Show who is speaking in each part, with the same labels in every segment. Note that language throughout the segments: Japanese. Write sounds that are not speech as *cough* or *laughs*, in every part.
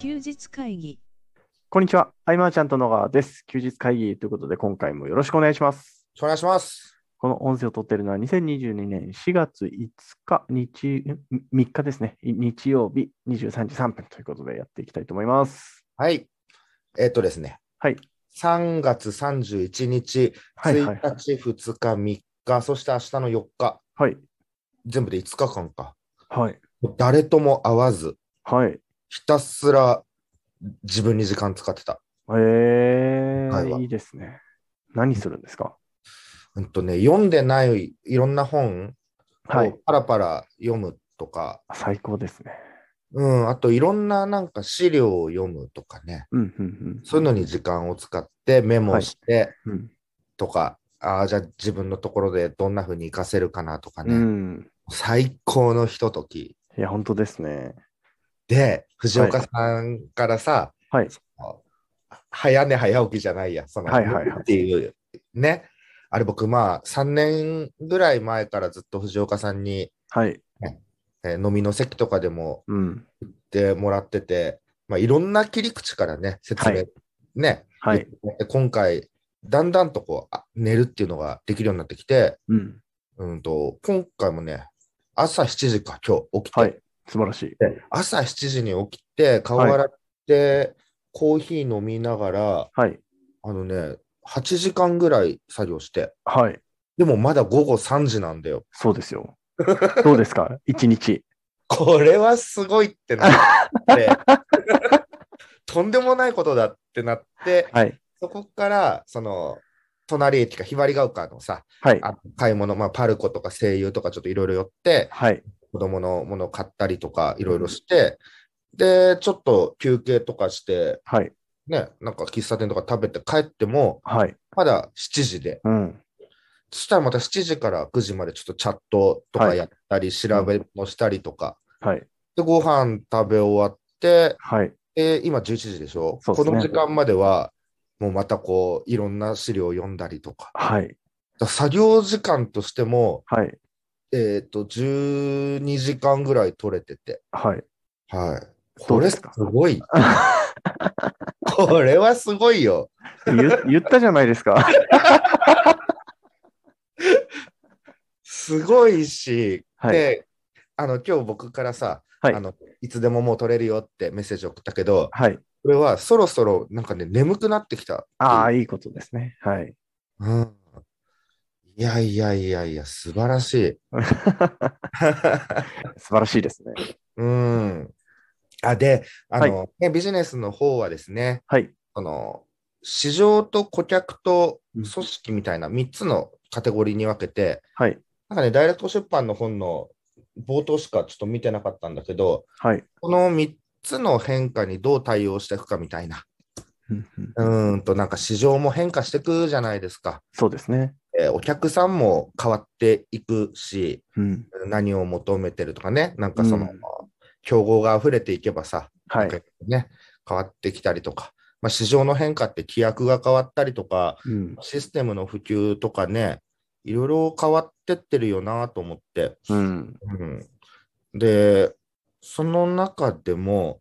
Speaker 1: 休日会議
Speaker 2: こんにちは。あいまーちゃんと野川です。休日会議ということで、今回もよろしくお願いします。
Speaker 3: お願いします。
Speaker 2: この音声を撮っているのは2022年4月5日、日、3日ですね。日曜日23時3分ということでやっていきたいと思います。
Speaker 3: はい。えっ、とですね。
Speaker 2: はい。
Speaker 3: 3月31日、
Speaker 2: はいはいは
Speaker 3: 1
Speaker 2: い。
Speaker 3: 日、2日、3日、そして明日の4日、
Speaker 2: はい。
Speaker 3: 全部で5日間か。
Speaker 2: はい。
Speaker 3: 誰とも会わず、
Speaker 2: はい。
Speaker 3: ひたすら自分に時間使ってた。
Speaker 2: え
Speaker 3: 会話
Speaker 2: ー、いいですね。何するんですか
Speaker 3: うんとね、読んでないいろんな本
Speaker 2: は
Speaker 3: を
Speaker 2: い。
Speaker 3: パラパラ読むとか、
Speaker 2: 最高ですね。
Speaker 3: うん、あといろんななんか資料を読むとかね、
Speaker 2: うん、うん、
Speaker 3: そういうのに時間を使ってメモして、
Speaker 2: うん。うん
Speaker 3: とか、ああ、じゃあ自分のところでどんな風に活かせるかなとか
Speaker 2: う
Speaker 3: ね、
Speaker 2: ん。
Speaker 3: 最高のひととき。
Speaker 2: いや、本当ですね。
Speaker 3: で、藤岡さんからさ、
Speaker 2: はい。
Speaker 3: 早寝早起きじゃないや、その、
Speaker 2: はいはいはい
Speaker 3: っていうね、あれ僕まあ3年ぐらい前からずっと藤岡さんに、
Speaker 2: はい。
Speaker 3: えー飲みの席とかでも
Speaker 2: うん。
Speaker 3: 言ってもらってて、まあ、いろんな切り口からね、説明、
Speaker 2: はい
Speaker 3: ね、
Speaker 2: はい。
Speaker 3: で今回、だんだんとこうあ寝るっていうのができるようになってきて、
Speaker 2: うん。
Speaker 3: うんと、今回もね、朝7時か、今日起きて、
Speaker 2: はい。素晴らしい。
Speaker 3: 朝7時に起きて、顔洗って、コーヒー飲みながら、
Speaker 2: はい。
Speaker 3: あのね、8時間ぐらい作業して、
Speaker 2: はい。
Speaker 3: でもまだ午後3時なんだよ。
Speaker 2: そうですよ。どうです
Speaker 3: *laughs*
Speaker 2: か一日。
Speaker 3: これはすごいってなって、 *laughs* とんでもないことだってなって、
Speaker 2: はい。
Speaker 3: そこから、その、隣駅かひばりが丘のさ、
Speaker 2: はい。
Speaker 3: あ買い物、まあ、パルコとか声優とかちょっといろいろ寄って、
Speaker 2: はい。
Speaker 3: 子供のものを買ったりとかいろいろして、で、ちょっと休憩とかして、
Speaker 2: はい。
Speaker 3: ね、なんか喫茶店とか食べて帰っても、
Speaker 2: はい。
Speaker 3: まだ7時で、
Speaker 2: うん。
Speaker 3: そしたらまた7時から9時までちょっとチャットとかやったり、調べもしたりとか、
Speaker 2: はい。
Speaker 3: で、ご飯食べ終わって、
Speaker 2: はい。
Speaker 3: え今11時でしょ
Speaker 2: そうですね
Speaker 3: この時間までは、もうまたこう、いろんな資料を読んだりとか。
Speaker 2: はい。
Speaker 3: だから作業時間としても、
Speaker 2: はい。
Speaker 3: えっ、と、12時間ぐらい取れてて。
Speaker 2: はい。
Speaker 3: はい。
Speaker 2: ど
Speaker 3: こ
Speaker 2: うで
Speaker 3: れ
Speaker 2: す
Speaker 3: す
Speaker 2: か *laughs*
Speaker 3: ごい。これはすごいよ。
Speaker 2: 言
Speaker 3: *laughs*
Speaker 2: 言ったじゃないですか。
Speaker 3: すごいし、
Speaker 2: はい。
Speaker 3: で、あの、今日僕からさ、
Speaker 2: はい
Speaker 3: あの、いつでももう取れるよってメッセージ送ったけど、
Speaker 2: はい。
Speaker 3: これはそろそろなんかね、眠くなってきた。
Speaker 2: ああ、いいことですね。はい。 *laughs*
Speaker 3: うん。いやいやいやいや、素晴らしい。 *laughs*
Speaker 2: 素晴らしいですね。
Speaker 3: うん。あ、で、あの、ね、ビジネスの方はですね、
Speaker 2: はい。
Speaker 3: その、市場と顧客と
Speaker 2: うん
Speaker 3: 組織みたいな3つのカテゴリーに分けて、
Speaker 2: はい。
Speaker 3: なんかね、ダイレクト出版の本の冒頭しかちょっと見てなかったんだけど、
Speaker 2: はい。
Speaker 3: この3つの変化にどう対応していくかみたいな。
Speaker 2: うんうん
Speaker 3: うーんと、なんか市場も変化していくじゃないですか。
Speaker 2: そうですね。
Speaker 3: えーお客さんも変わっていくし、
Speaker 2: うん。
Speaker 3: 何を求めてるとかね、なんかその、
Speaker 2: うん
Speaker 3: 競合が溢れていけばさ、
Speaker 2: はい。
Speaker 3: ね、変わってきたりとか、まあ、市場の変化って規約が変わったりとか、
Speaker 2: うん。
Speaker 3: システムの普及とかね、いろいろ変わってってるよなと思って。
Speaker 2: うん。
Speaker 3: うん、で、その中でも、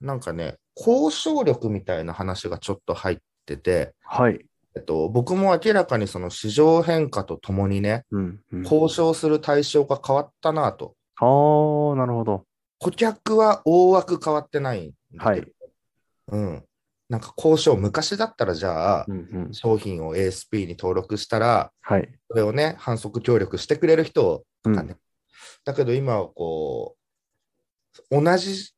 Speaker 3: なんかね、交渉力みたいな話がちょっと入ってて、
Speaker 2: はい。
Speaker 3: えっと、僕も明らかにその市場変化とともにね、
Speaker 2: うん。うん
Speaker 3: 交渉する対象が変わったなと。
Speaker 2: ああ、なるほど。
Speaker 3: 顧客は大枠変わってないんだけど、うん。なんか交渉、昔だったらじゃあ
Speaker 2: う、んうん
Speaker 3: 商品を ASP に登録したら、
Speaker 2: はい。
Speaker 3: それをね、反則協力してくれる人を
Speaker 2: うん
Speaker 3: だねだけど今はこう、同じ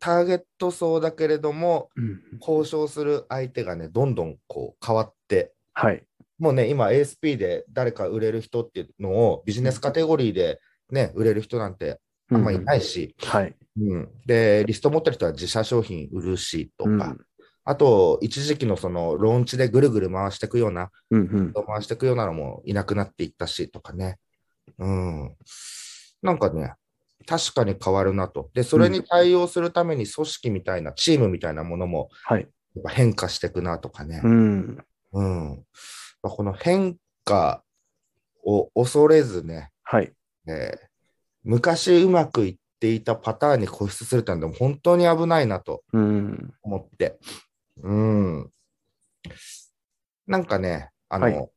Speaker 3: ターゲット層だけれども、
Speaker 2: うん
Speaker 3: 交渉する相手がね、どんどんこう変わって、
Speaker 2: はい。。
Speaker 3: もうね、今 ASP で誰か売れる人っていうのをビジネスカテゴリーでね、売れる人なんてあんまいないいし、
Speaker 2: はい。
Speaker 3: うんで、リスト持ってる人は自社商品売るしとか、
Speaker 2: うん
Speaker 3: あと、一時期のそのローンチでぐるぐる回していくような
Speaker 2: うんうん。
Speaker 3: 回していくようなのもいなくなっていったしとかね。うん。なんかね、確かに変わるなと。で、それに対応するために組織みたいな、チームみたいなものも
Speaker 2: はい。
Speaker 3: やっぱ変化していくなとかね
Speaker 2: う。ん。
Speaker 3: うん。この変化を恐れずね、
Speaker 2: はい。
Speaker 3: えー昔うまくいって、っていたパターンに固執するってのはでも本当に危ないなと
Speaker 2: うん。
Speaker 3: 思って。うん。なんかね、あの、
Speaker 2: はい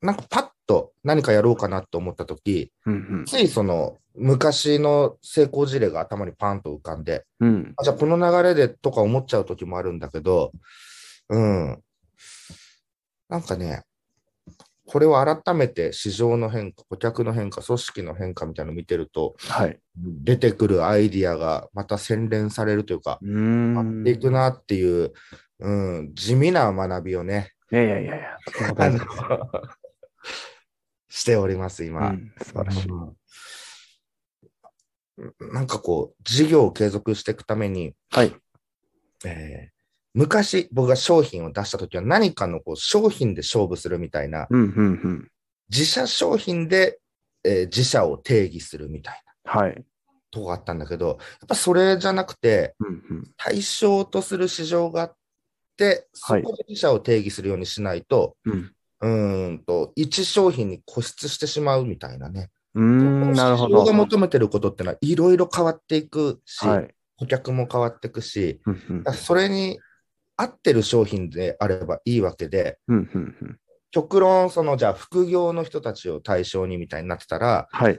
Speaker 3: なんかパッと何かやろうかなと思った時
Speaker 2: うん。
Speaker 3: ついその昔の成功事例が頭にパンと浮かんで、
Speaker 2: うん。
Speaker 3: あじゃあこの流れでとか思っちゃう時もあるんだけど、うん。なんかね、これを改めて市場の変化、顧客の変化、組織の変化みたいなのを見てると、
Speaker 2: はい。
Speaker 3: 出てくるアイディアがまた洗練されるというか、
Speaker 2: う
Speaker 3: あ
Speaker 2: ん。
Speaker 3: っていくなっていう、うん、地味な学びをね、
Speaker 2: いやいやいやいや、とても
Speaker 3: あ
Speaker 2: 大
Speaker 3: の
Speaker 2: 事です
Speaker 3: *laughs* しております、今。
Speaker 2: うん素晴らしい。
Speaker 3: うんなんかこう、事業を継続していくために、
Speaker 2: はい。
Speaker 3: えー昔僕が商品を出した時は何かのこう商品で勝負するみたいな、
Speaker 2: うん、うん、うん。
Speaker 3: 自社商品で、えー自社を定義するみたいな
Speaker 2: はい。
Speaker 3: とこがあったんだけど、やっぱそれじゃなくて、
Speaker 2: うん、うん。
Speaker 3: 対象とする市場があって、そ
Speaker 2: はい
Speaker 3: こで自社を定義するようにしないと、
Speaker 2: うん
Speaker 3: うーんと、一商品に固執してしまうみたいなね。
Speaker 2: うーん、なるほ
Speaker 3: 市場が
Speaker 2: ど。
Speaker 3: 求めてることってのはいろいろ変わっていくし、
Speaker 2: はい。
Speaker 3: 顧客も変わっていくし、
Speaker 2: うん、うん
Speaker 3: だからそれに合ってる商品であればいいわけで、
Speaker 2: うん、うん。うん
Speaker 3: 極論、そのじゃあ副業の人たちを対象にみたいになってたら、
Speaker 2: はい。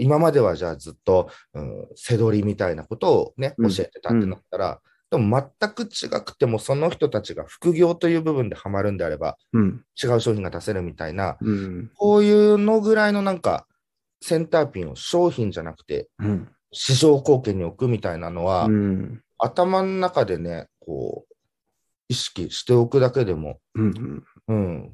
Speaker 3: 今まではじゃあずっと、うん、背取りみたいなことをね、
Speaker 2: う
Speaker 3: 教
Speaker 2: ん
Speaker 3: えてたってなったら、でも全く違くても、その人たちが副業という部分でハマるんであれば、
Speaker 2: うん、
Speaker 3: 違う商品が出せるみたいな、
Speaker 2: うん、
Speaker 3: こういうのぐらいのなんか、センターピンを商品じゃなくて、
Speaker 2: うん。
Speaker 3: 市場貢献に置くみたいなのは、
Speaker 2: うん、
Speaker 3: 頭の中でね、こう、意識しておくだけでも、
Speaker 2: うん。
Speaker 3: うん、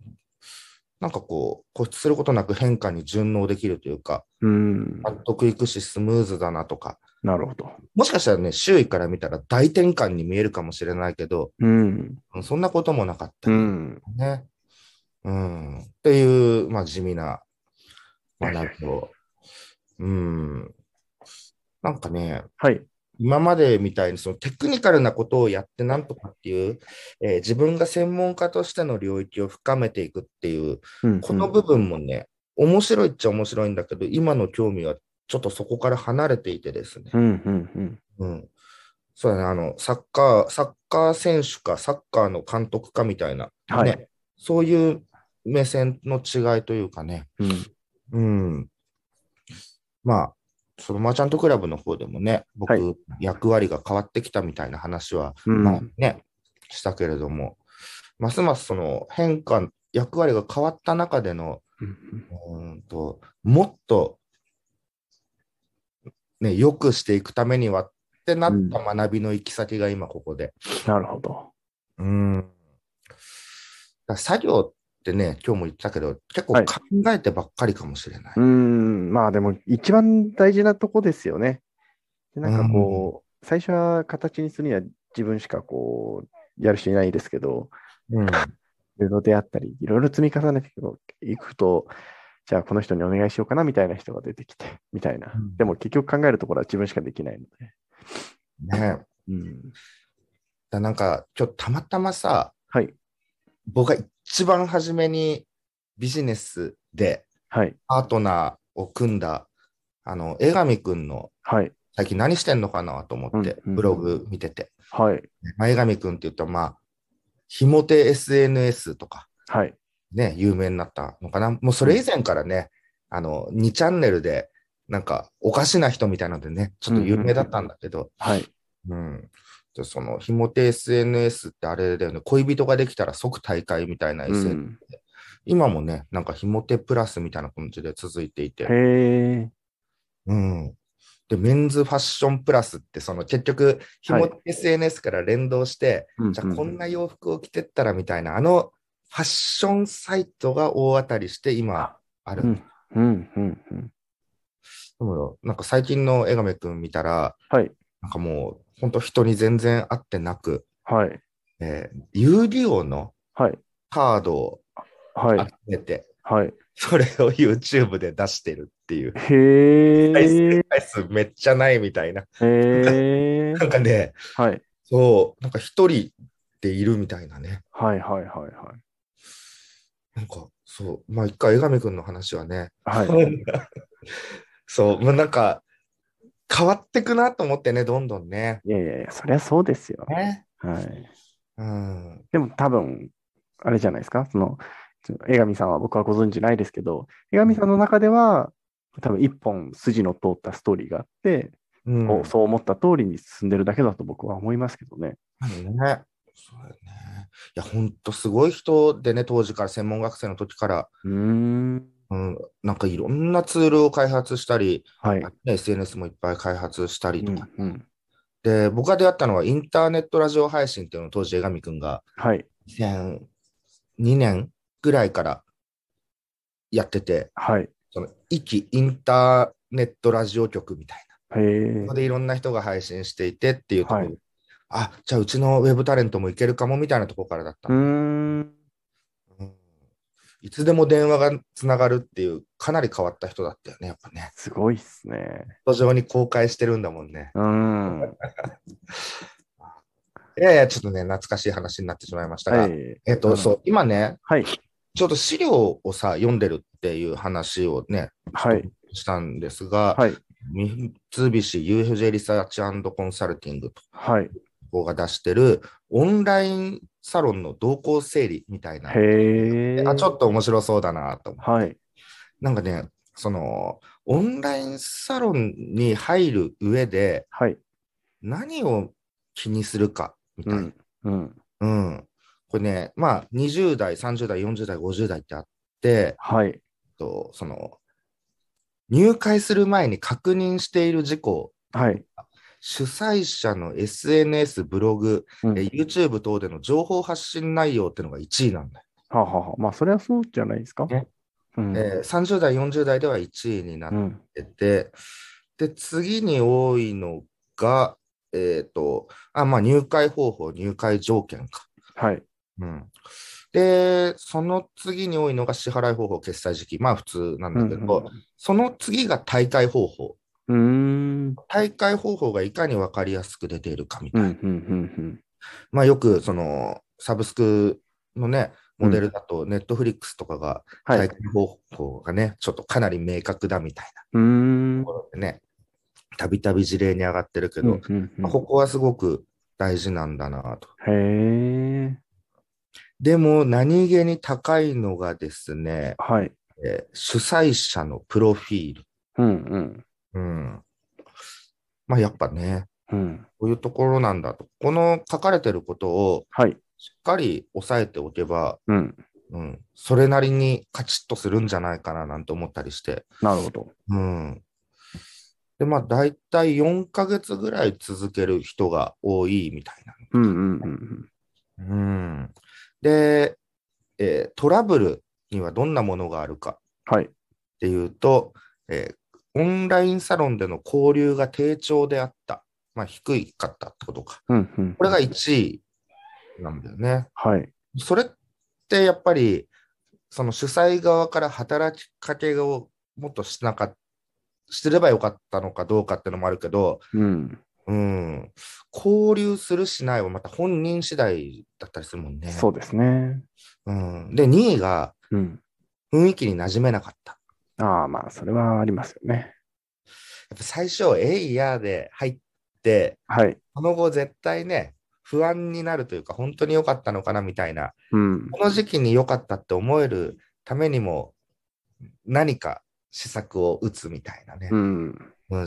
Speaker 3: なんかこう、固執することなく変化に順応できるというか、
Speaker 2: うん。
Speaker 3: 納得いくし、スムーズだなとか、
Speaker 2: なるほど。
Speaker 3: もしかしたらね、周囲から見たら大転換に見えるかもしれないけど、
Speaker 2: うん。
Speaker 3: うんそんなこともなかった
Speaker 2: う
Speaker 3: り
Speaker 2: ん。
Speaker 3: ね。うん。っていう、まあ、地味な学びを。うん。なんかね、
Speaker 2: はい。
Speaker 3: 今までみたいにそのテクニカルなことをやってなんとかっていう、えー自分が専門家としての領域を深めていくっていう、
Speaker 2: うん
Speaker 3: この部分もね、面白いっちゃ面白いんだけど、今の興味はちょっとそこから離れていてですね。
Speaker 2: うん、うん、うん。
Speaker 3: うん。そうだね、あの、サッカー、サッカー選手か、サッカーの監督かみたいな、
Speaker 2: はい。
Speaker 3: ね、そういう目線の違いというかね、
Speaker 2: うん。
Speaker 3: うん。まあ、そのマーチャントクラブの方でもね、僕、
Speaker 2: はい
Speaker 3: 役割が変わってきたみたいな話は、
Speaker 2: うん
Speaker 3: まあね、したけれども、ますますその変化、役割が変わった中での、
Speaker 2: うん
Speaker 3: うーんと、もっと、ね、良くしていくためにはってなった学びの行き先が今ここで。
Speaker 2: なるほど。
Speaker 3: うん。だから作業ってね、今日も言ったけど、結構
Speaker 2: はい
Speaker 3: 考えてばっかりかもしれない。
Speaker 2: うん。まあでも、一番大事なとこですよね。でなんかこう、最初は形にするには自分しかこう、やる人いないですけど、
Speaker 3: うん
Speaker 2: いろいろ出会ったり、いろいろ積み重ねていくと、じゃあこの人にお願いしようかなみたいな人が出てきて、 *laughs* みたいな。
Speaker 3: うん
Speaker 2: でも結局考えるところは自分しかできないので。
Speaker 3: ね
Speaker 2: うん。
Speaker 3: だなんか今日たまたまさ、
Speaker 2: はい。
Speaker 3: 僕が一番初めにビジネスで
Speaker 2: はい。
Speaker 3: パートナーを組んだ、あの、江上くんの
Speaker 2: はい。
Speaker 3: 最近何してんのかなと思って、
Speaker 2: うんうん
Speaker 3: ブログ見てて。
Speaker 2: はい。
Speaker 3: まあ、江上くんって言うと、まあ、ひもて SNS とか、
Speaker 2: はい。
Speaker 3: ね、有名になったのかな。もうそれ以前からね、あの、2チャンネルで、なんか、おかしな人みたいなのでね、ちょっと有名だったんだけど、
Speaker 2: はい。
Speaker 3: うん。でその、ひもて SNS ってあれだよね、恋人ができたら即大会みたいな SNS、
Speaker 2: うん
Speaker 3: 今もね、なんかひもてプラスみたいな感じで続いていて、
Speaker 2: へえ。
Speaker 3: うん。で、メンズファッションプラスって、その結局、ひもて SNS から連動して、じゃあこんな洋服を着てったらみたいな、あのファッションサイトが大当たりして今ある。
Speaker 2: うんうんうんうん。
Speaker 3: そうなんか最近の江上くん見たら、
Speaker 2: はい。
Speaker 3: なんかもう本当人に全然会ってなく、
Speaker 2: はい。
Speaker 3: えー遊戯王の
Speaker 2: はい。
Speaker 3: カードを
Speaker 2: は
Speaker 3: 集
Speaker 2: い。
Speaker 3: めて、
Speaker 2: はい。
Speaker 3: それを YouTube で出してるっていう。
Speaker 2: へ
Speaker 3: 再生
Speaker 2: え。
Speaker 3: 回数めっちゃないみたいな。
Speaker 2: へえ。
Speaker 3: なんかね、
Speaker 2: はい。
Speaker 3: そう、なんか一人でいるみたいなね。
Speaker 2: はい。はい。はい。は
Speaker 3: なんか、そう、まあ一回江上くんの話はね、
Speaker 2: い。はい。
Speaker 3: *laughs* そう、まあ、なんか、変わってくなと思ってね、どんどんね。
Speaker 2: いやいやいや、そりゃそうですよ。
Speaker 3: ね。
Speaker 2: はい。
Speaker 3: うん。
Speaker 2: でも多分、あれじゃないですか、その、ちょ江上さんは僕はご存知ないですけど、江上さんの中では、多分一本筋の通ったストーリーがあって、
Speaker 3: うん、
Speaker 2: こうそう思った通りに進んでるだけだと僕は思いますけどね。
Speaker 3: ね。そうだよね。いや、ほんとすごい人でね、当時から専門学生の時から、
Speaker 2: うーん。
Speaker 3: うん、なんかいろんなツールを開発したり、
Speaker 2: はい。
Speaker 3: ね SNS もいっぱい開発したり
Speaker 2: う
Speaker 3: と
Speaker 2: ん
Speaker 3: か。
Speaker 2: うん、
Speaker 3: で、僕が出会ったのはインターネットラジオ配信っていうのを当時、江上くんが
Speaker 2: はい。
Speaker 3: 2002年ぐらいからやってて、
Speaker 2: はい。
Speaker 3: その、息インターネットラジオ局みたいな。
Speaker 2: へえ
Speaker 3: そこ。でいろんな人が配信していてっていうとこ
Speaker 2: は
Speaker 3: ろ、
Speaker 2: い
Speaker 3: あ、じゃあうちのウェブタレントもいけるかもみたいなところからだった
Speaker 2: うーん。
Speaker 3: うんいつでも電話がつながるっていう、かなり変わった人だったよね、やっぱね。
Speaker 2: すごいっすね。
Speaker 3: ネット上に公開してるんだもんね。
Speaker 2: うん。はい
Speaker 3: やいや、ちょっとね、懐かしい話になってしまいましたが、
Speaker 2: い。
Speaker 3: えっと、そう、今ね、
Speaker 2: はい。
Speaker 3: ちょっと資料をさ、読んでるっていう話をね、
Speaker 2: はい。
Speaker 3: したんですが、
Speaker 2: はい。
Speaker 3: 三菱 UFJ リサーチコンサルティングと
Speaker 2: はい。
Speaker 3: こが出してる、オンラインサロンの動向整理みたいな、
Speaker 2: へえ。
Speaker 3: あちょっと面白そうだなと思って
Speaker 2: はい。
Speaker 3: なんかね、その、オンラインサロンに入る上で、
Speaker 2: はい。
Speaker 3: 何を気にするか、みたいうな、
Speaker 2: ん。うん。
Speaker 3: うん。これね、まあ、20代、30代、40代、50代ってあって、
Speaker 2: はい。
Speaker 3: とその、入会する前に確認している事項、
Speaker 2: はい。
Speaker 3: 主催者の SNS、ブログ、
Speaker 2: うん
Speaker 3: え YouTube 等での情報発信内容っていうのが1位なんだよ、
Speaker 2: はあはあはあまあ、それはそうじゃないですか。
Speaker 3: ね
Speaker 2: うん。
Speaker 3: えー30代、40代では1位になっ
Speaker 2: うん。
Speaker 3: ってて、で、次に多いのが、えっ、と、あ、まあ、入会方法、入会条件か。
Speaker 2: はい。
Speaker 3: うん。で、その次に多いのが支払い方法、決済時期。まあ、普通なんだけど、その次が大会方法。
Speaker 2: うん。うん。
Speaker 3: 大会方法がいかに分かりやすく出ているかみた
Speaker 2: う
Speaker 3: い
Speaker 2: ん。う
Speaker 3: な。
Speaker 2: ん。うん。
Speaker 3: まあ、よく、その、サブスクのね、モデルだと、ネットフリックスとかが、
Speaker 2: は
Speaker 3: 大
Speaker 2: い
Speaker 3: 会。方法がね、ちょっとかなり明確だみたいな
Speaker 2: うーん
Speaker 3: とこ。ろでね、たびたび事例に上がってるけど、
Speaker 2: うんうん
Speaker 3: まあここはすごく大事なんだなと。
Speaker 2: うんへえ。
Speaker 3: でも、何気に高いのがですね、
Speaker 2: はい。
Speaker 3: えー主催者のプロフィール。
Speaker 2: うんうん。
Speaker 3: うん。まあ、やっぱね、
Speaker 2: うん。
Speaker 3: こういうところなんだと。この書かれてることを
Speaker 2: はい。
Speaker 3: しっかり押さえておけば、
Speaker 2: うん。
Speaker 3: うん、それなりにカチッとするんじゃないかななんて思ったりして。
Speaker 2: なるほど。
Speaker 3: うん。で、まあ、だいたい4ヶ月ぐらい続ける人が多いみたいな。
Speaker 2: うんうんうん
Speaker 3: うんで、えートラブルにはどんなものがあるかっ
Speaker 2: うん。はい。
Speaker 3: ていうと、えーオンラインサロンでの交流が低調であった、まあ、低いかったってことか。
Speaker 2: うんうん。
Speaker 3: これが1位なんだよね。
Speaker 2: はい。
Speaker 3: それってやっぱり、その主催側から働きかけをもっとしなかっしてればよかったのかどうかってのもあるけど、
Speaker 2: うん。
Speaker 3: うん、交流するしないはまた本人次第だったりするもんね。
Speaker 2: そうですね。
Speaker 3: うん、で、2位が
Speaker 2: うん。
Speaker 3: 雰囲気に馴染めなかった。
Speaker 2: ああ、まあ、それはありますよね。
Speaker 3: やっぱ最初、えいやーで入って、
Speaker 2: はい。
Speaker 3: その後絶対ね、不安になるというか、本当に良かったのかなみたいな、
Speaker 2: うん。
Speaker 3: この時期に良かったって思えるためにも、何か施策を打つみたいなね
Speaker 2: う、ん。うん
Speaker 3: うん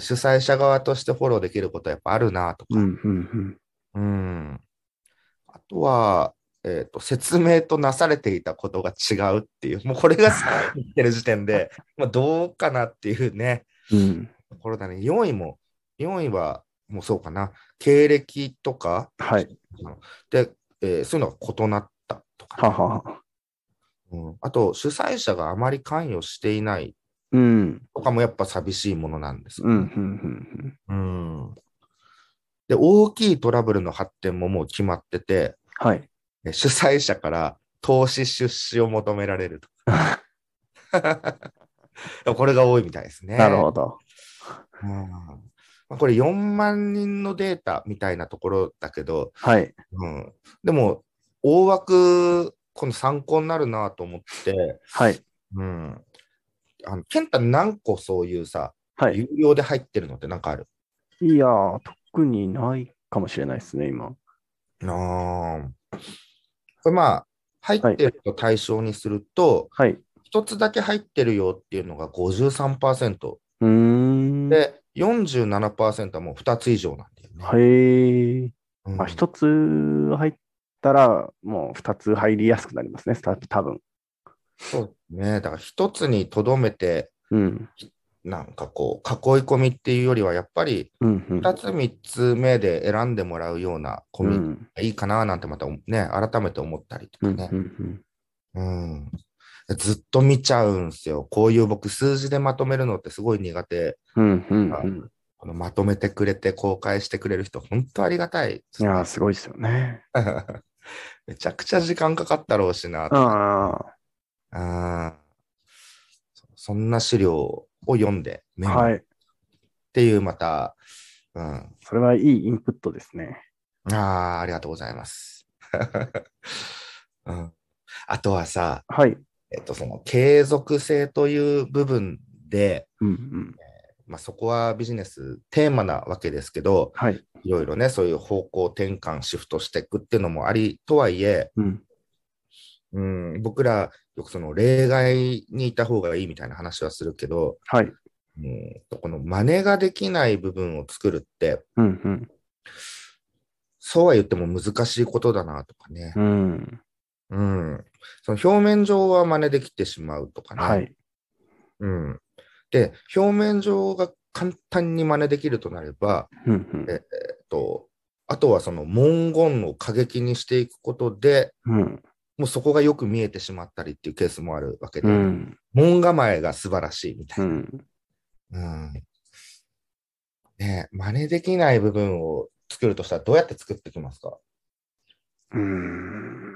Speaker 3: 主催者側としてフォローできることはやっぱあるなとか、
Speaker 2: うんうん。
Speaker 3: うんあとは、えーと、説明となされていたことが違うっていう、もうこれがさ言ってる時点で、まあ、どうかなっていうね。
Speaker 2: うん。
Speaker 3: ところだね。4位も、4位は、もうそうかな。経歴とか、
Speaker 2: はい。
Speaker 3: で、えーそういうのが異なったとか、
Speaker 2: ははは。
Speaker 3: うんあと、主催者があまり関与していない
Speaker 2: うん。
Speaker 3: とかもやっぱ寂しいものなんですよ
Speaker 2: うんうんうん。
Speaker 3: うんで、大きいトラブルの発展ももう決まってて、
Speaker 2: はい。
Speaker 3: え主催者から投資出資を求められると。 *laughs* これが多いみたいですね。
Speaker 2: なるほど。
Speaker 3: うんまあこれ4万人のデータみたいなところだけど、
Speaker 2: はい。
Speaker 3: うん、でも、大枠、この参考になるなと思って、
Speaker 2: はい。
Speaker 3: うん。あの、健太何個そういうさ、
Speaker 2: はい。
Speaker 3: 有料で入ってるのってなんかある
Speaker 2: いやー、特にないかもしれないですね、今。
Speaker 3: ああ。これまあ、入ってると対象にすると、
Speaker 2: はい。
Speaker 3: 一つだけ入ってるよっていうのが53%。
Speaker 2: うーん。へ
Speaker 3: で、47%はもう2つ以上なんだよね。
Speaker 2: え。
Speaker 3: うん
Speaker 2: まあ、一つ入ったら、もう二つ入りやすくなりますね、スタ多分。
Speaker 3: そうね。だから一つにとどめて、
Speaker 2: うん。
Speaker 3: なんかこう、囲い込みっていうよりは、やっぱり
Speaker 2: うん、うん。
Speaker 3: 2つ3つ目で選んでもらうようなコ
Speaker 2: う
Speaker 3: ミュ
Speaker 2: ん。
Speaker 3: ニティがいいかななんてまたね、改めて思ったりと
Speaker 2: うん。う
Speaker 3: か
Speaker 2: ん
Speaker 3: ね。
Speaker 2: うん。
Speaker 3: うんずっと見ちゃうんすよ。こういう僕、数字でまとめるのってすごい苦手。
Speaker 2: うん。うん。うん。
Speaker 3: このまとめてくれて、公開してくれる人、本当ありがたい。
Speaker 2: いやー、すごいですよね。
Speaker 3: めちゃくちゃ時間かかったろうしな。
Speaker 2: あ
Speaker 3: あーそんな資料を読んで、メ
Speaker 2: あ。
Speaker 3: モっ
Speaker 2: はい。
Speaker 3: ていう、また、うん。
Speaker 2: それはいいインプットですね。
Speaker 3: ああ、ありがとうございます。 *laughs* うん、あとはさ、
Speaker 2: はい。
Speaker 3: えっと、その継続性という部分で、
Speaker 2: うん。うん。
Speaker 3: まあ、そこはビジネステーマなわけですけど、
Speaker 2: はい。
Speaker 3: いろいろね、そういう方向転換、シフトしていくっていうのもありとはいえ、
Speaker 2: うん。
Speaker 3: うん、僕らよくその例外にいた方がいいみたいな話はするけど、
Speaker 2: はい。
Speaker 3: うん、この真似ができない部分を作るって、
Speaker 2: うん。
Speaker 3: そうは言っても難しいことだなとかね。
Speaker 2: うん。うん。
Speaker 3: うん。その表面上は真似できてしまうとかね。
Speaker 2: はい。
Speaker 3: うん。で、表面上が簡単に真似できるとなれば、
Speaker 2: うん。うん
Speaker 3: ええっと、あとはその文言を過激にしていくことで、
Speaker 2: うん。
Speaker 3: もうそこがよく見えてしまったりっていうケースもあるわけで、
Speaker 2: うん。
Speaker 3: 門構えが素晴らしいみた
Speaker 2: う
Speaker 3: い
Speaker 2: ん。
Speaker 3: な。うん。ねえ真似できない部分を作るとしたらどうやって作ってきますか
Speaker 2: うん。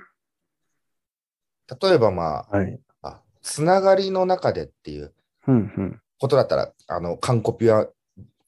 Speaker 3: 例えばま
Speaker 2: はい。
Speaker 3: あ、あつながりの中でっていう
Speaker 2: うん。うん。
Speaker 3: ことだったら、あの、完コピは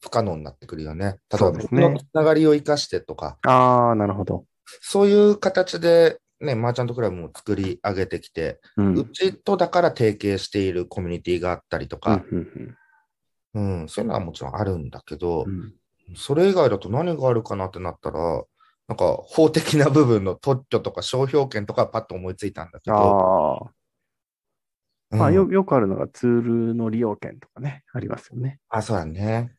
Speaker 3: 不可能になってくるよね。例え
Speaker 2: そ
Speaker 3: ば、
Speaker 2: うです
Speaker 3: 僕
Speaker 2: ね
Speaker 3: のつながりを生かしてとか、
Speaker 2: ああ、なるほど。
Speaker 3: そういう形で、ね、マーチャントクラブも作り上げてきて、
Speaker 2: う。
Speaker 3: うんちとだから提携しているコミュニティがあったりとか、
Speaker 2: うんうん
Speaker 3: うんそういうのはもちろんあるんだけど、
Speaker 2: うん
Speaker 3: それ以外だと何があるかなってなったら、なんか法的な部分の特許とか商標権とかはパッと思いついたんだけど、
Speaker 2: ああ、
Speaker 3: うん
Speaker 2: まあよ、よくあるのがツールの利用権とかね、ありますよね。
Speaker 3: あそうだね。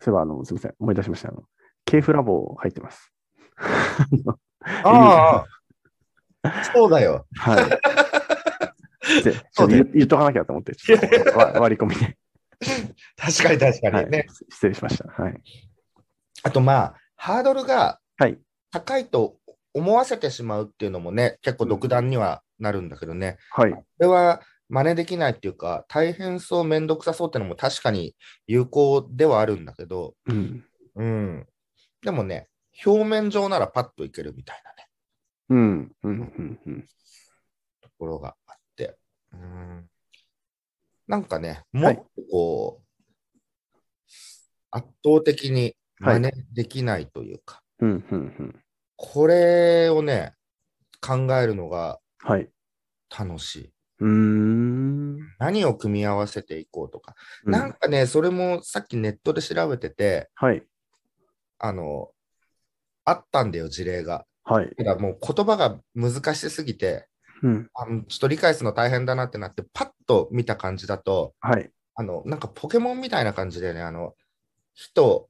Speaker 2: そういえば、あの、すみません、思い出しました。あの、ケーフラボ入ってます。
Speaker 3: ああ、 *laughs* そうだよ。
Speaker 2: *laughs* はい。
Speaker 3: *laughs*
Speaker 2: でちょ
Speaker 3: そ
Speaker 2: っと
Speaker 3: うだ
Speaker 2: 言
Speaker 3: よ
Speaker 2: 言っとかなきゃと思って、ちょっとわ割り込みで、
Speaker 3: 確かに確かに
Speaker 2: は
Speaker 3: ね。
Speaker 2: い失礼しました。はい。
Speaker 3: あとまあ、ハードルが
Speaker 2: はい
Speaker 3: 高いと思わせてしまうっていうのもね、結構独断にはなるんだけどね、
Speaker 2: はい。
Speaker 3: これは真似できないっていうか、大変そう、めんどくさそうっていうのも確かに有効ではあるんだけど、
Speaker 2: うん。
Speaker 3: うん。でもね、表面上ならパッといけるみたいなね、
Speaker 2: うん。うん。うん。うん
Speaker 3: ところがあって、うん。なんかね、も
Speaker 2: はい
Speaker 3: っとこう、圧倒的に真似できないというか、
Speaker 2: うん。うん。うん
Speaker 3: これをね、考えるのが
Speaker 2: はい。
Speaker 3: 楽しい。
Speaker 2: うーん。
Speaker 3: 何を組み合わせていこうとか。
Speaker 2: う
Speaker 3: なんかね、それもさっきネットで調べてて、
Speaker 2: はい。
Speaker 3: あの、あったんだよ、事例が。
Speaker 2: はい。
Speaker 3: ただもう言葉が難しすぎて、
Speaker 2: うん。
Speaker 3: あのちょっと理解するの大変だなってなって、パッと見た感じだと、
Speaker 2: はい。
Speaker 3: あの、なんかポケモンみたいな感じでね、あの、人、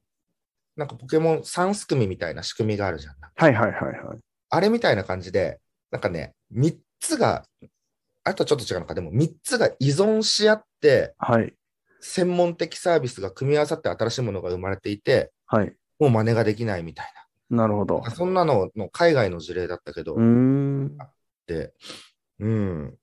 Speaker 3: なんかポケモン3組みたいな仕組みがあるじゃん。
Speaker 2: はい。はい。はい。はい。
Speaker 3: あれみたいな感じで、なんかね、3つが、あとちょっと違うのか、でも3つが依存し合って、
Speaker 2: はい。
Speaker 3: 専門的サービスが組み合わさって新しいものが生まれていて、
Speaker 2: はい。
Speaker 3: もう真似ができないみたい
Speaker 2: なるほど
Speaker 3: な。。そんなのの海外の事例だったけど、
Speaker 2: うーん。
Speaker 3: って、うん。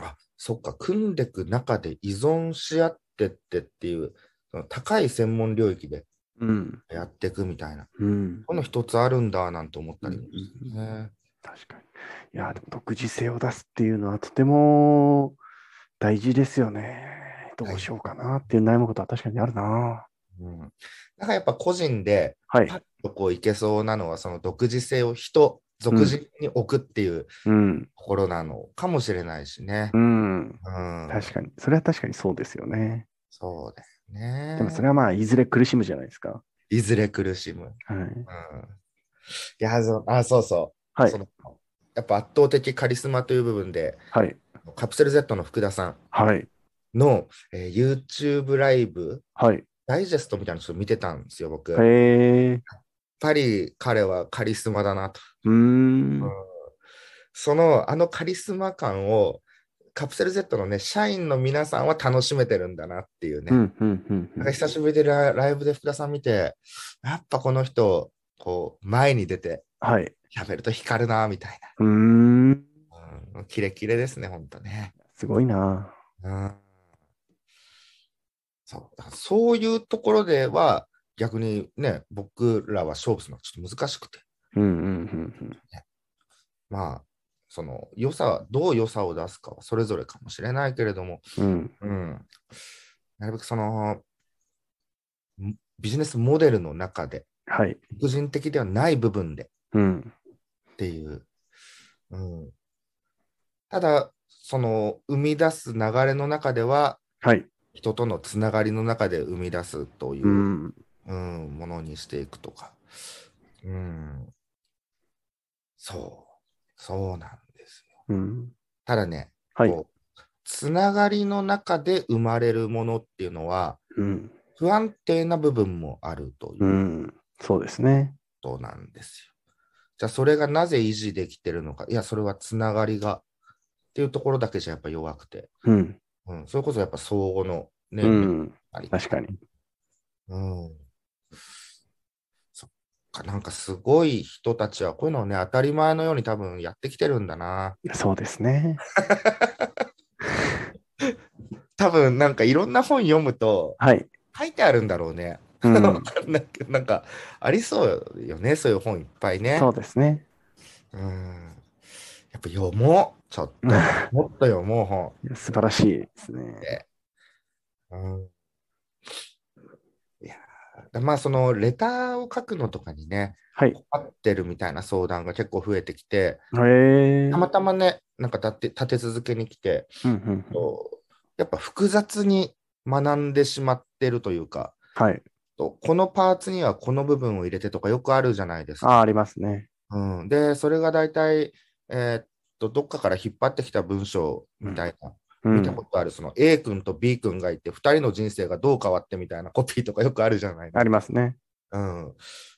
Speaker 3: あ、そっか、組んでく中で依存し合ってってっていう、その高い専門領域で
Speaker 2: うん。
Speaker 3: やっていくみたいな。
Speaker 2: うん。
Speaker 3: この一つあるんだなんて思ったりも
Speaker 2: うん
Speaker 3: ね。
Speaker 2: 確かに。いやー、でも独自性を出すっていうのはとても大事ですよね。どうしようかなっていう悩むことは確かにあるな。
Speaker 3: うん。なんかやっぱ個人で、
Speaker 2: はい
Speaker 3: パ。ッとこういけそうなのは、その独自性を人、属人に置くっていう
Speaker 2: うん。
Speaker 3: ところなのかもしれないしね
Speaker 2: う。ん。
Speaker 3: うん。
Speaker 2: 確かに。それは確かにそうですよね。
Speaker 3: そうだよね。
Speaker 2: でもそれはまあ、いずれ苦しむじゃないですか。
Speaker 3: いずれ苦しむ。
Speaker 2: はい。
Speaker 3: うんいやそあ、そうそう。
Speaker 2: はい
Speaker 3: そ。のやっぱ圧倒的カリスマという部分で、
Speaker 2: はい。
Speaker 3: カプセル Z の福田さ
Speaker 2: はい。
Speaker 3: んの、えー YouTube ライブ、
Speaker 2: はい。
Speaker 3: ダイジェストみたいなのちょっと見てたんですよ、僕。やっ
Speaker 2: へえ。
Speaker 3: ぱり彼はカリスマだなと。
Speaker 2: うーん。
Speaker 3: その、あのカリスマ感を、カプセル Z のね、社員の皆さんは楽しめてるんだなっていうね。
Speaker 2: うん。うん。うん
Speaker 3: なんか久しぶりでラライブで福田さん見て、やっぱこの人、こう、前に出て
Speaker 2: はい。
Speaker 3: 喋ると光るな、みたいう
Speaker 2: ーん。
Speaker 3: な。うん、キレキレですね、ほんとね。
Speaker 2: すごいな。
Speaker 3: うんそうだからそういうところでは、逆にね、僕らは勝負するのがちょっと難しくて、
Speaker 2: うん。うん。うん。
Speaker 3: まあ、その良さは、どう良さを出すかはそれぞれかもしれないけれども、
Speaker 2: うん。うん
Speaker 3: うん、なるべくその、んビジネスモデルの中で、
Speaker 2: はい。
Speaker 3: 個人的ではない部分で
Speaker 2: うん。
Speaker 3: っていう。うん、ただ、その生み出す流れの中では、
Speaker 2: はい。
Speaker 3: 人とのつながりの中で生み出すというう、
Speaker 2: ん。
Speaker 3: うん、ものにしていくとか。うん。そう。そうなんですよ。
Speaker 2: うん。
Speaker 3: ただね、
Speaker 2: はい。
Speaker 3: こう、つながりの中で生まれるものっていうのは、
Speaker 2: うん。
Speaker 3: 不安定な部分もあるといううこ
Speaker 2: ん。そうですね。
Speaker 3: となんですよ。じゃあ、それがなぜ維持できてるのか。いや、それはつながりがっていうところだけじゃやっぱ弱くて。
Speaker 2: うん。
Speaker 3: うん、それこそやっぱ相互のね、
Speaker 2: うん。
Speaker 3: あり
Speaker 2: 確かに。
Speaker 3: うんそっか、なんかすごい人たちはこういうのをね、当たり前のように多分やってきてるんだな。
Speaker 2: そうですね。
Speaker 3: 多分なんかいろんな本読むと
Speaker 2: はい。
Speaker 3: 書いてあるんだろうね。 *laughs*
Speaker 2: う
Speaker 3: わ
Speaker 2: ん。
Speaker 3: かんないけどなんかありそうよね、そういう本いっぱいね。
Speaker 2: そうですね。
Speaker 3: うん。やっぱ読もう。ちょっ
Speaker 2: *laughs*
Speaker 3: と、もっと読もう本。
Speaker 2: 素晴らしいですね。
Speaker 3: うんいやーまあそのレターを書くのとかにね、
Speaker 2: はい。
Speaker 3: 困ってるみたいな相談が結構増えてきて、
Speaker 2: へえ。
Speaker 3: たまたまね、なんか立て立て続けに来て、
Speaker 2: うんうんうん
Speaker 3: こうやっぱ複雑に学んでしまってるというか、
Speaker 2: はい。
Speaker 3: とこのパーツにはこの部分を入れてとかよくあるじゃないです
Speaker 2: あ
Speaker 3: か。
Speaker 2: あ、ありますね。
Speaker 3: うん、で、それが大体、えーっと、どっかから引っ張ってきた文章みたいな、
Speaker 2: う
Speaker 3: 見た
Speaker 2: ん
Speaker 3: こ。とある、その A 君と B 君がいて、2人の人生がどう変わってみたいなコピーとかよくあるじゃないです
Speaker 2: あ
Speaker 3: か。
Speaker 2: りますね。
Speaker 3: うん、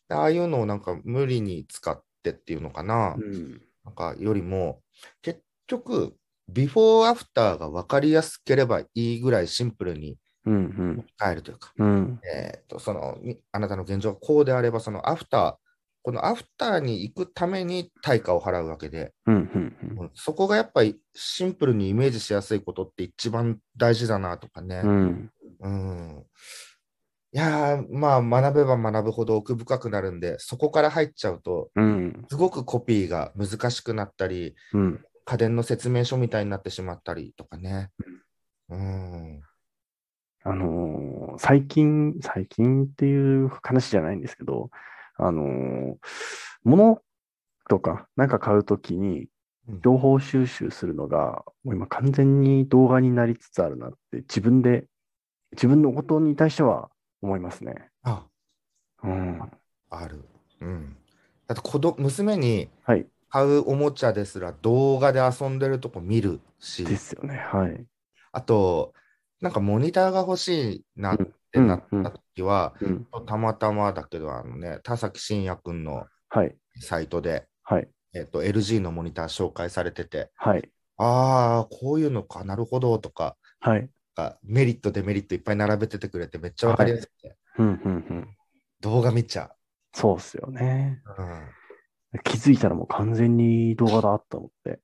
Speaker 3: でああいうのをなんか無理に使ってっていうのかな。
Speaker 2: うん。
Speaker 3: なんかよりも、結局、ビフォーアフターが分かりやすければいいぐらいシンプルに
Speaker 2: うん
Speaker 3: 変えるというか、
Speaker 2: うん。うん。
Speaker 3: えーとそのにあなたの現状がこうであれば、そのアフター、このアフターに行くために対価を払うわけで、
Speaker 2: うんうんうん。
Speaker 3: うんそこがやっぱりシンプルにイメージしやすいことって一番大事だなとかね。
Speaker 2: うん。
Speaker 3: うんいやーまあ学べば学ぶほど奥深くなるんで、そこから入っちゃうと、
Speaker 2: うん。
Speaker 3: すごくコピーが難しくなったり、
Speaker 2: うん。
Speaker 3: 家電の説明書みたいになってしまったりとかね。うん。
Speaker 2: あのー最近、最近っていう話じゃないんですけど、あのー物とか、なんか買うときに、
Speaker 3: うん
Speaker 2: 情報収集するのが、もう今完全に動画になりつつあるなって、自分で、自分のことに対しては思いますね。
Speaker 3: あ、
Speaker 2: うん。
Speaker 3: ある。うん。だって子ど娘に
Speaker 2: はい。
Speaker 3: 買うおもちゃですら動画で遊んでるとこ見るし、
Speaker 2: ですよね。はい。
Speaker 3: あと、なんかモニターが欲しいなってなった時は、
Speaker 2: うん。
Speaker 3: たまたまだけど、あのね、田崎真也くんの
Speaker 2: はい。
Speaker 3: サイトで、
Speaker 2: はい。
Speaker 3: えっと、LG のモニター紹介されてて、
Speaker 2: はい。
Speaker 3: ああ、こういうのか、なるほど、とか、
Speaker 2: はい。
Speaker 3: なんかメリット、デメリットいっぱい並べててくれて、めっちゃわかりやすくて、
Speaker 2: うん。うん。うん。
Speaker 3: 動画見ちゃ
Speaker 2: そうっすよね。
Speaker 3: う。うん
Speaker 2: 気づいたらもう完全に動画だったのって。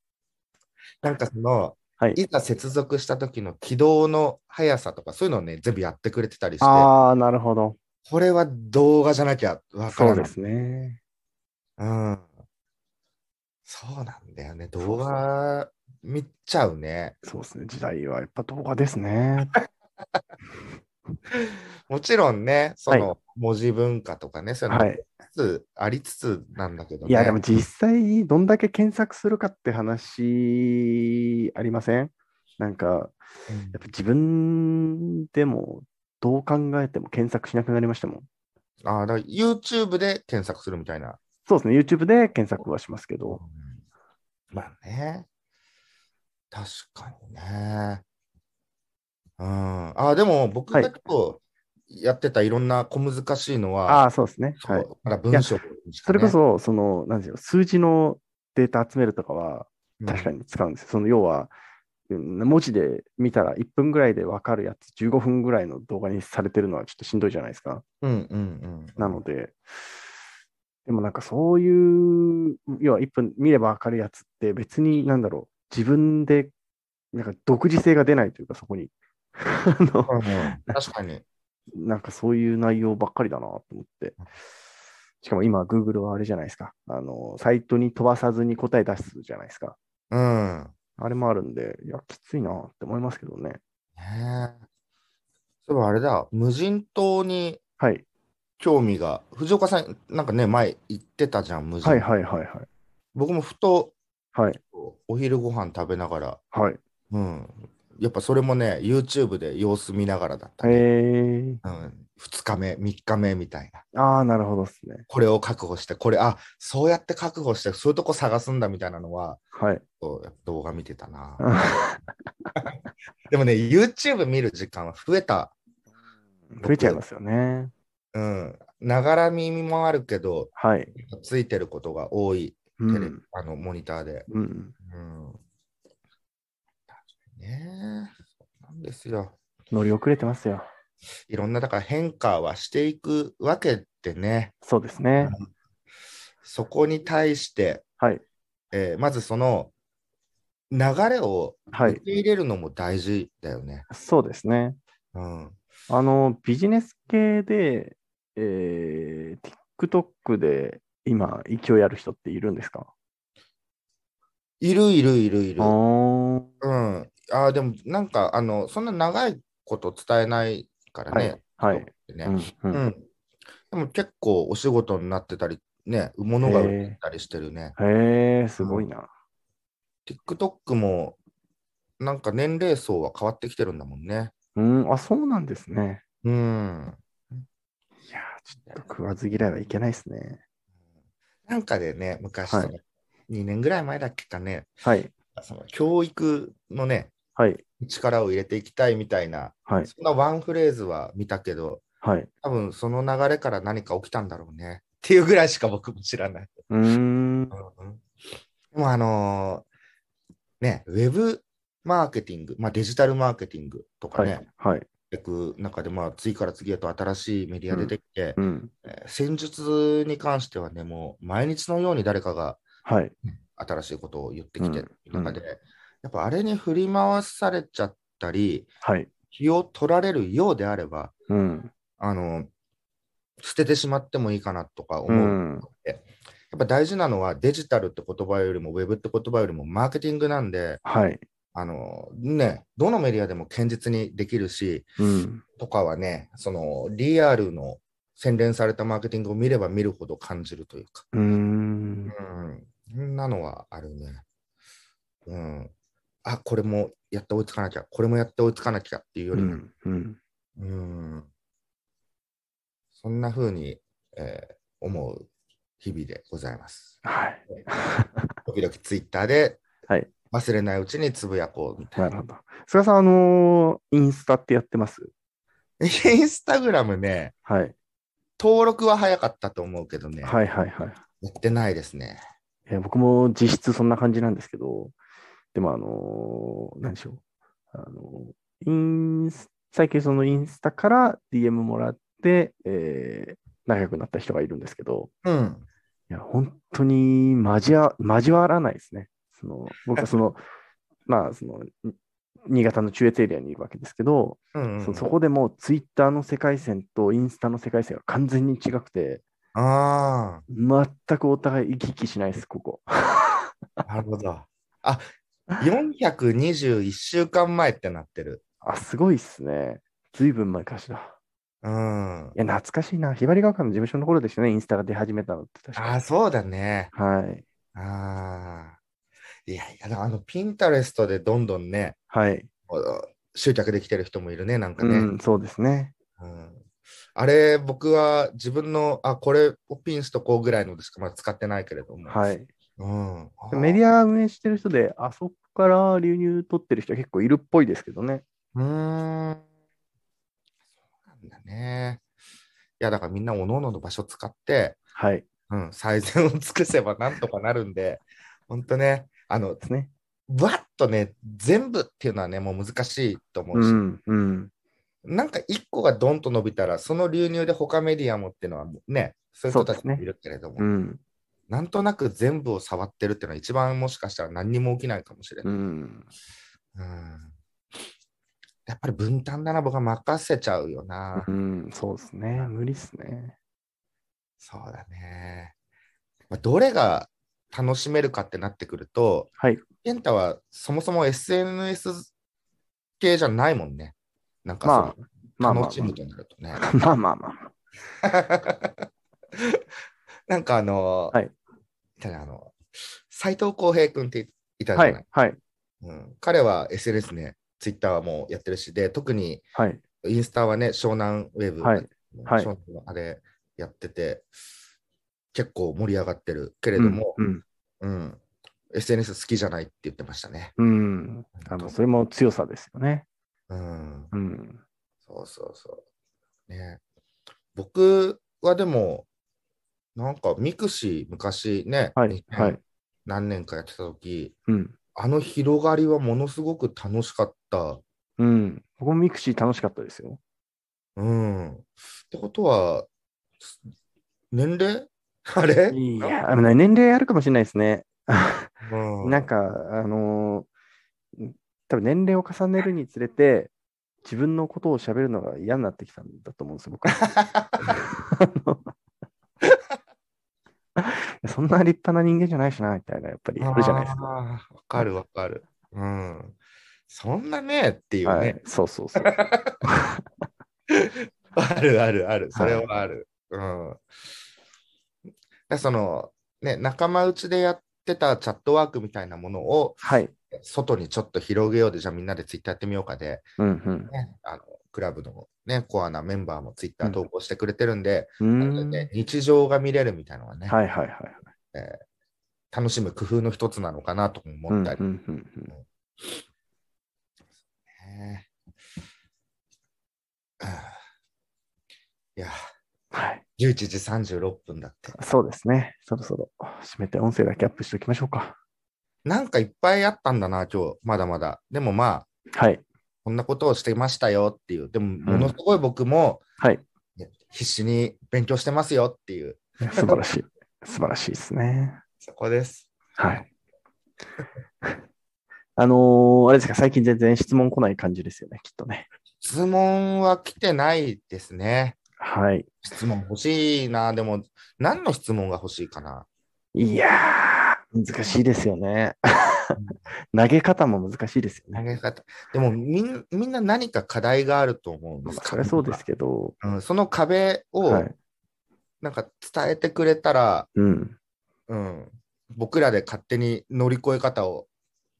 Speaker 2: *laughs*
Speaker 3: なんかその、
Speaker 2: はい
Speaker 3: いざ接続した時の起動の速さとか、そういうのをね、全部やってくれてたりして、
Speaker 2: ああ、なるほど。
Speaker 3: これは動画じゃなきゃわか
Speaker 2: そ
Speaker 3: ら
Speaker 2: う
Speaker 3: ない。
Speaker 2: ですね。
Speaker 3: うん。そうなんだよね。動画見ちゃうね。
Speaker 2: そうですね。時代はやっぱ動画ですね。
Speaker 3: もちろんね、そ
Speaker 2: は
Speaker 3: の文字文化とかね、そういうの
Speaker 2: は
Speaker 3: も
Speaker 2: い。
Speaker 3: ありつつありつつなんだけどね。
Speaker 2: いや、でも実際、どんだけ検索するかって話ありませんなんか、
Speaker 3: うん
Speaker 2: やっぱ自分でもどう考えても検索しなくなりましたもん。
Speaker 3: ああ、だから YouTube で検索するみたいな。
Speaker 2: そうですね、YouTube で検索はしますけど。
Speaker 3: まあね。確かにね。うん。ああ、でも僕が
Speaker 2: はい
Speaker 3: 結構やってたいろんな小難しいの
Speaker 2: あ
Speaker 3: は、
Speaker 2: あ、そうですね。
Speaker 3: そう
Speaker 2: はい。
Speaker 3: まだ文章、
Speaker 2: それこ、そ、その、なんですよ、数字のデータ集めるとかは、
Speaker 3: うん
Speaker 2: 確かに使うんですよ。その要は、うん文字で見たら1分ぐらいで分かるやつ、15分ぐらいの動画にされてるのはちょっとしんどいじゃないですか。
Speaker 3: うんうんうん。
Speaker 2: なので、でもなんかそういう、要は1分見れば分かるやつって別になんだろう、自分で、なんか独自性が出ないというか、そこに。
Speaker 3: *laughs*
Speaker 2: あの
Speaker 3: うんうん確かに。
Speaker 2: なんかそういう内容ばっかりだなと思って。しかも今、Google はあれじゃないですか。あの、サイトに飛ばさずに答え出すじゃないですか。
Speaker 3: うん。
Speaker 2: あれもあるんで、いや、きついなって思いますけどね。
Speaker 3: ねえ。そういえばあれだ、無人島に
Speaker 2: はい。
Speaker 3: 興味が、藤岡さん、なんかね、前行ってたじゃん、無人島。
Speaker 2: はいはいはいはい。
Speaker 3: 僕もふと
Speaker 2: はい。
Speaker 3: お昼ご飯食べながら、
Speaker 2: はい。
Speaker 3: うん。やっぱそれもね、YouTube で様子見ながらだった
Speaker 2: え
Speaker 3: ね。
Speaker 2: ー。
Speaker 3: うん、2日目、3日目みたいな。
Speaker 2: ああ、なるほどですね。
Speaker 3: これを確保して、これ、あ、そうやって確保して、そういうとこ探すんだみたいなのは、
Speaker 2: はい。 *laughs*
Speaker 3: こうやっぱ動画見てたな。
Speaker 2: あ
Speaker 3: でもね、YouTube 見る時間は増えた。
Speaker 2: ー増えちゃいますよね。
Speaker 3: うん。ながら耳もあるけど、
Speaker 2: はい。
Speaker 3: ついてることが多い、
Speaker 2: う
Speaker 3: テレビ
Speaker 2: ん。
Speaker 3: あのモニターで。
Speaker 2: うん、
Speaker 3: うん。ねえ、そうなんですよ。
Speaker 2: 乗り遅れてますよ。
Speaker 3: いろんな、だから変化はしていくわけってね、
Speaker 2: そうですね。
Speaker 3: そこに対して、
Speaker 2: はい。
Speaker 3: えーまずその流れを
Speaker 2: は
Speaker 3: 受
Speaker 2: い。
Speaker 3: け入れるのも大事だよね。
Speaker 2: そうですね。
Speaker 3: うん。
Speaker 2: あの、ビジネス系で、えー、TikTok で今、勢いある人っているんですか
Speaker 3: いるいるいるいる。
Speaker 2: あー
Speaker 3: うん。ああ、でもなんか、あの、そんな長いこと伝えないから
Speaker 2: はい。。
Speaker 3: ね
Speaker 2: はい。
Speaker 3: ね
Speaker 2: うんうん
Speaker 3: うん。でも結構お仕事になってたり、ね、ものが売れてたりしてるね。
Speaker 2: へえ、すごいな。
Speaker 3: TikTok もなんか年齢層は変わってきてるんだもんね。
Speaker 2: うん、あ、そうなんですね。
Speaker 3: うん。
Speaker 2: いやー、ちょっと食わず嫌いはいけないですね。
Speaker 3: なんかでね、昔、
Speaker 2: はい
Speaker 3: その2年ぐらい前だっけかね、
Speaker 2: はい。
Speaker 3: その教育のね、
Speaker 2: はい。
Speaker 3: 力を入れていきたいみたいな、
Speaker 2: はい。
Speaker 3: そんなワンフレーズは見たけど、
Speaker 2: はい。
Speaker 3: 多分その流れから何か起きたんだろうね。っていうぐらいしか僕も知らない。
Speaker 2: うーん。
Speaker 3: でもあのーね、ウェブマーケティング、まあ、デジタルマーケティングとか
Speaker 2: は
Speaker 3: ね、
Speaker 2: い。はい。
Speaker 3: やっていく中で、まあ、次から次へと新しいメディア出てきて、
Speaker 2: うん。
Speaker 3: えー戦術に関してはね、もう毎日のように誰かが
Speaker 2: はい。
Speaker 3: 新しいことを言ってきてる
Speaker 2: うん
Speaker 3: 中で、やっぱあれに振り回されちゃったり、
Speaker 2: はい。
Speaker 3: 気を取られるようであれば、
Speaker 2: うん。
Speaker 3: あの捨ててしまってもいいかなとか思
Speaker 2: う
Speaker 3: う。
Speaker 2: ん。
Speaker 3: やっぱ大事なのはデジタルって言葉よりもウェブって言葉よりもマーケティングなんで、
Speaker 2: はい。
Speaker 3: あのね、どのメディアでも堅実にできるし、
Speaker 2: うん。
Speaker 3: とかはね、そのリアルの洗練されたマーケティングを見れば見るほど感じるというか、
Speaker 2: うーん。
Speaker 3: うん、そんなのはあるね。うん。あ、これもやって追いつかなきゃ、これもやって追いつかなきゃっていうよ
Speaker 2: う
Speaker 3: りも、
Speaker 2: ん。うん。
Speaker 3: うん、そんな風に、えー思う日々でございます。
Speaker 2: はい。
Speaker 3: 時々ツイッターで、
Speaker 2: はい
Speaker 3: 忘れないうちにつぶやこうみた
Speaker 2: ないる
Speaker 3: な
Speaker 2: ほ。ど。菅さん、あのーインスタってやってます
Speaker 3: インスタグラムね、
Speaker 2: はい。
Speaker 3: 登録は早かったと思うけどね、
Speaker 2: はいはいはい。
Speaker 3: やってないですね。
Speaker 2: えー僕も実質そんな感じなんですけど、でもあのー何でしょう。あのーインス最近そのインスタから DM もらって、えー仲良くなった人がいるんですけど、
Speaker 3: うん。
Speaker 2: いや、本当に交わ交わらないですね。その僕はその、 *laughs* まあ、その、に新潟の中越エリアにいるわけですけど、
Speaker 3: うんうん
Speaker 2: そそこでもうツイッターの世界線とインスタの世界線が完全に違くて、
Speaker 3: あ
Speaker 2: 全くお互い行き来しないです、ここ。
Speaker 3: あ、なるほど。あ、421週間前ってなってる。
Speaker 2: あ、すごいっすね。ずいぶん前かしら。
Speaker 3: うん。あ
Speaker 2: いや、懐かしいな。ひばりが丘の事務所の頃ですよね、インスタが出始めたのって確か。
Speaker 3: あ、そうだね。
Speaker 2: はい。
Speaker 3: ああ。いやいや、あの、ピンタレストでどんどんね、
Speaker 2: はい。
Speaker 3: こう集客できてる人もいるね、なんか
Speaker 2: う
Speaker 3: ね。
Speaker 2: ん、そうですね。
Speaker 3: あれ、僕は自分の、あ、これをピンしとこうぐらいのでしかまだ使ってないけれども。
Speaker 2: はい。
Speaker 3: うん、
Speaker 2: メディア運営してる人で、あそこから流入取ってる人は結構いるっぽいですけどね。
Speaker 3: うーん。そうなんだね。いや、だからみんなおののの場所使って、
Speaker 2: はい。
Speaker 3: うん、最善を尽くせばなんとかなるんで、ほんとね、あの、
Speaker 2: ですね。
Speaker 3: わっとね、全部っていうのはね、もう難しいと思
Speaker 2: う
Speaker 3: うし、
Speaker 2: ん、うん。
Speaker 3: なんか一個がドンと伸びたら、その流入で他メディアもっていうのはね、そういう人たちもいるけれども、
Speaker 2: うん、
Speaker 3: なんとなく全部を触ってるっていうのは一番もしかしたら何にも起きないかもしれない。
Speaker 2: うん。
Speaker 3: うんやっぱり分担だな、僕は任せちゃうよな。
Speaker 2: うん、そうですね。無理っすね。
Speaker 3: そうだね。まあどれが楽しめるかってなってくると、
Speaker 2: はい。
Speaker 3: 健太はそもそも SNS 系じゃないもんね。なんかそ
Speaker 2: まあま
Speaker 3: の、
Speaker 2: あ
Speaker 3: 楽しむとなるとね。 *laughs*
Speaker 2: まあ。まあまあまあ。
Speaker 3: なんかあの、
Speaker 2: はい
Speaker 3: ただあの、斎藤浩平君っていたじゃ
Speaker 2: は
Speaker 3: ない、
Speaker 2: い、はい、
Speaker 3: うん、彼は SNS ね、ツイッターはもうやってるしで、特に
Speaker 2: はい。
Speaker 3: インスタはね、湘南ウェブ、
Speaker 2: はいはい
Speaker 3: 湘南のあれやってて、結構盛り上がってるけれども、
Speaker 2: うん、
Speaker 3: うん SNS 好きじゃないって言ってましたね。
Speaker 2: うん。うんあのそれも強さですよね。
Speaker 3: うん、
Speaker 2: うん。
Speaker 3: そうそうそう。ね、僕はでも、なんかミクシー昔ね、
Speaker 2: はい、
Speaker 3: 2000
Speaker 2: はい。
Speaker 3: 何年かやってた時
Speaker 2: うん。
Speaker 3: あの広がりはものすごく楽しかった。
Speaker 2: うん。ここもミクシー楽しかったですよ。
Speaker 3: うん、ってことは、年齢あれ
Speaker 2: いや、あのね年齢あるかもしれないですね。
Speaker 3: うん
Speaker 2: なんか、あのー多分年齢を重ねるにつれて、自分のことを喋るのが嫌になってきたんだと思うんですよ、僕は
Speaker 3: *laughs*
Speaker 2: そんな立派な人間じゃないしな、みたいな、やっぱりあるじゃないですか。
Speaker 3: あーわかるわかる。うん。そんなねっていう
Speaker 2: は
Speaker 3: ね
Speaker 2: い。、そうそうそう。
Speaker 3: あるあるある。それはある。うん。でその、ね、仲間内でやってたチャットワークみたいなものを
Speaker 2: はい。
Speaker 3: 外にちょっと広げようで、じゃあみんなでツイッターやってみようかで、
Speaker 2: うん
Speaker 3: ね、あのクラブの、ね、コアなメンバーもツイッター投稿してくれてるんで、
Speaker 2: うん。
Speaker 3: な
Speaker 2: うー
Speaker 3: の
Speaker 2: ん
Speaker 3: でね日常が見れるみたいなのはね、
Speaker 2: はいはいはいはい。
Speaker 3: えー楽しむ工夫の一つなのかなとも
Speaker 2: う
Speaker 3: 思っ
Speaker 2: んう
Speaker 3: た
Speaker 2: ん
Speaker 3: り。
Speaker 2: うん
Speaker 3: ねえああいや、
Speaker 2: はい。
Speaker 3: 11時36分だって。
Speaker 2: そうですね。そろそろ締めて音声だけアップしておきましょうか。
Speaker 3: なんかいっぱいあったんだな、今日、まだまだ。でもまあ、
Speaker 2: はい。
Speaker 3: こんなことをしてましたよっていう。でも、ものすごい僕も、
Speaker 2: はい。
Speaker 3: ね必死に勉強してますよっていう、
Speaker 2: *laughs* 素晴らしい。素晴らしいですね。
Speaker 3: そこです。
Speaker 2: はい。 *laughs* あのーあれですか、最近全然質問来ない感じですよね、きっとね。
Speaker 3: 質問は来てないですね。
Speaker 2: はい。
Speaker 3: 質問欲しいな。でも、何の質問が欲しいかな。
Speaker 2: いやー、難しいですよね。 *laughs* 投げ方も難しいですよ
Speaker 3: 投
Speaker 2: ね。
Speaker 3: げ方。でもみん、みんな何か課題があると思うん
Speaker 2: ま
Speaker 3: で
Speaker 2: あ
Speaker 3: す
Speaker 2: それはそうですけど、
Speaker 3: うん、その壁を
Speaker 2: はい。
Speaker 3: なんか伝えてくれたら、
Speaker 2: うん。
Speaker 3: うん、僕らで勝手に乗り越え方を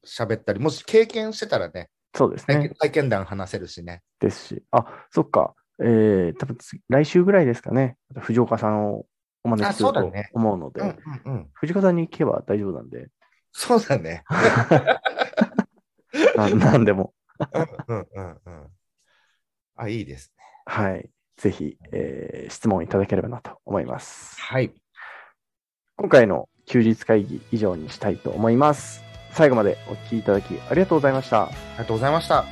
Speaker 3: 喋ったり、もし経験してたらね、
Speaker 2: そうです
Speaker 3: 体
Speaker 2: ね
Speaker 3: 験。体験談話せるしね。
Speaker 2: ですし、あ、そっか、えー、多分次来週ぐらいですかね、藤岡さんをお招きする
Speaker 3: あそ
Speaker 2: と
Speaker 3: うだね
Speaker 2: 思うので、
Speaker 3: うんうんうん、
Speaker 2: 藤岡さんに聞けば大丈夫なんで、 *laughs*
Speaker 3: そうだね。
Speaker 2: ななんでも、
Speaker 3: うんうんうんうん。あ、いいですね。
Speaker 2: はい、ぜひ、えー質問いただければなと思います。
Speaker 3: はい。
Speaker 2: 今回の休日会議以上にしたいと思います。最後までお聞きいただきありがとうございました。
Speaker 3: ありがとうございました。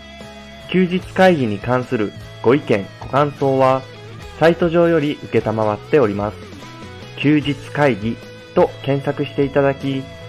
Speaker 1: 休日会議に関するご意見、ご感想は、サイト上より受けたまわっております。休日会議と検索していただき、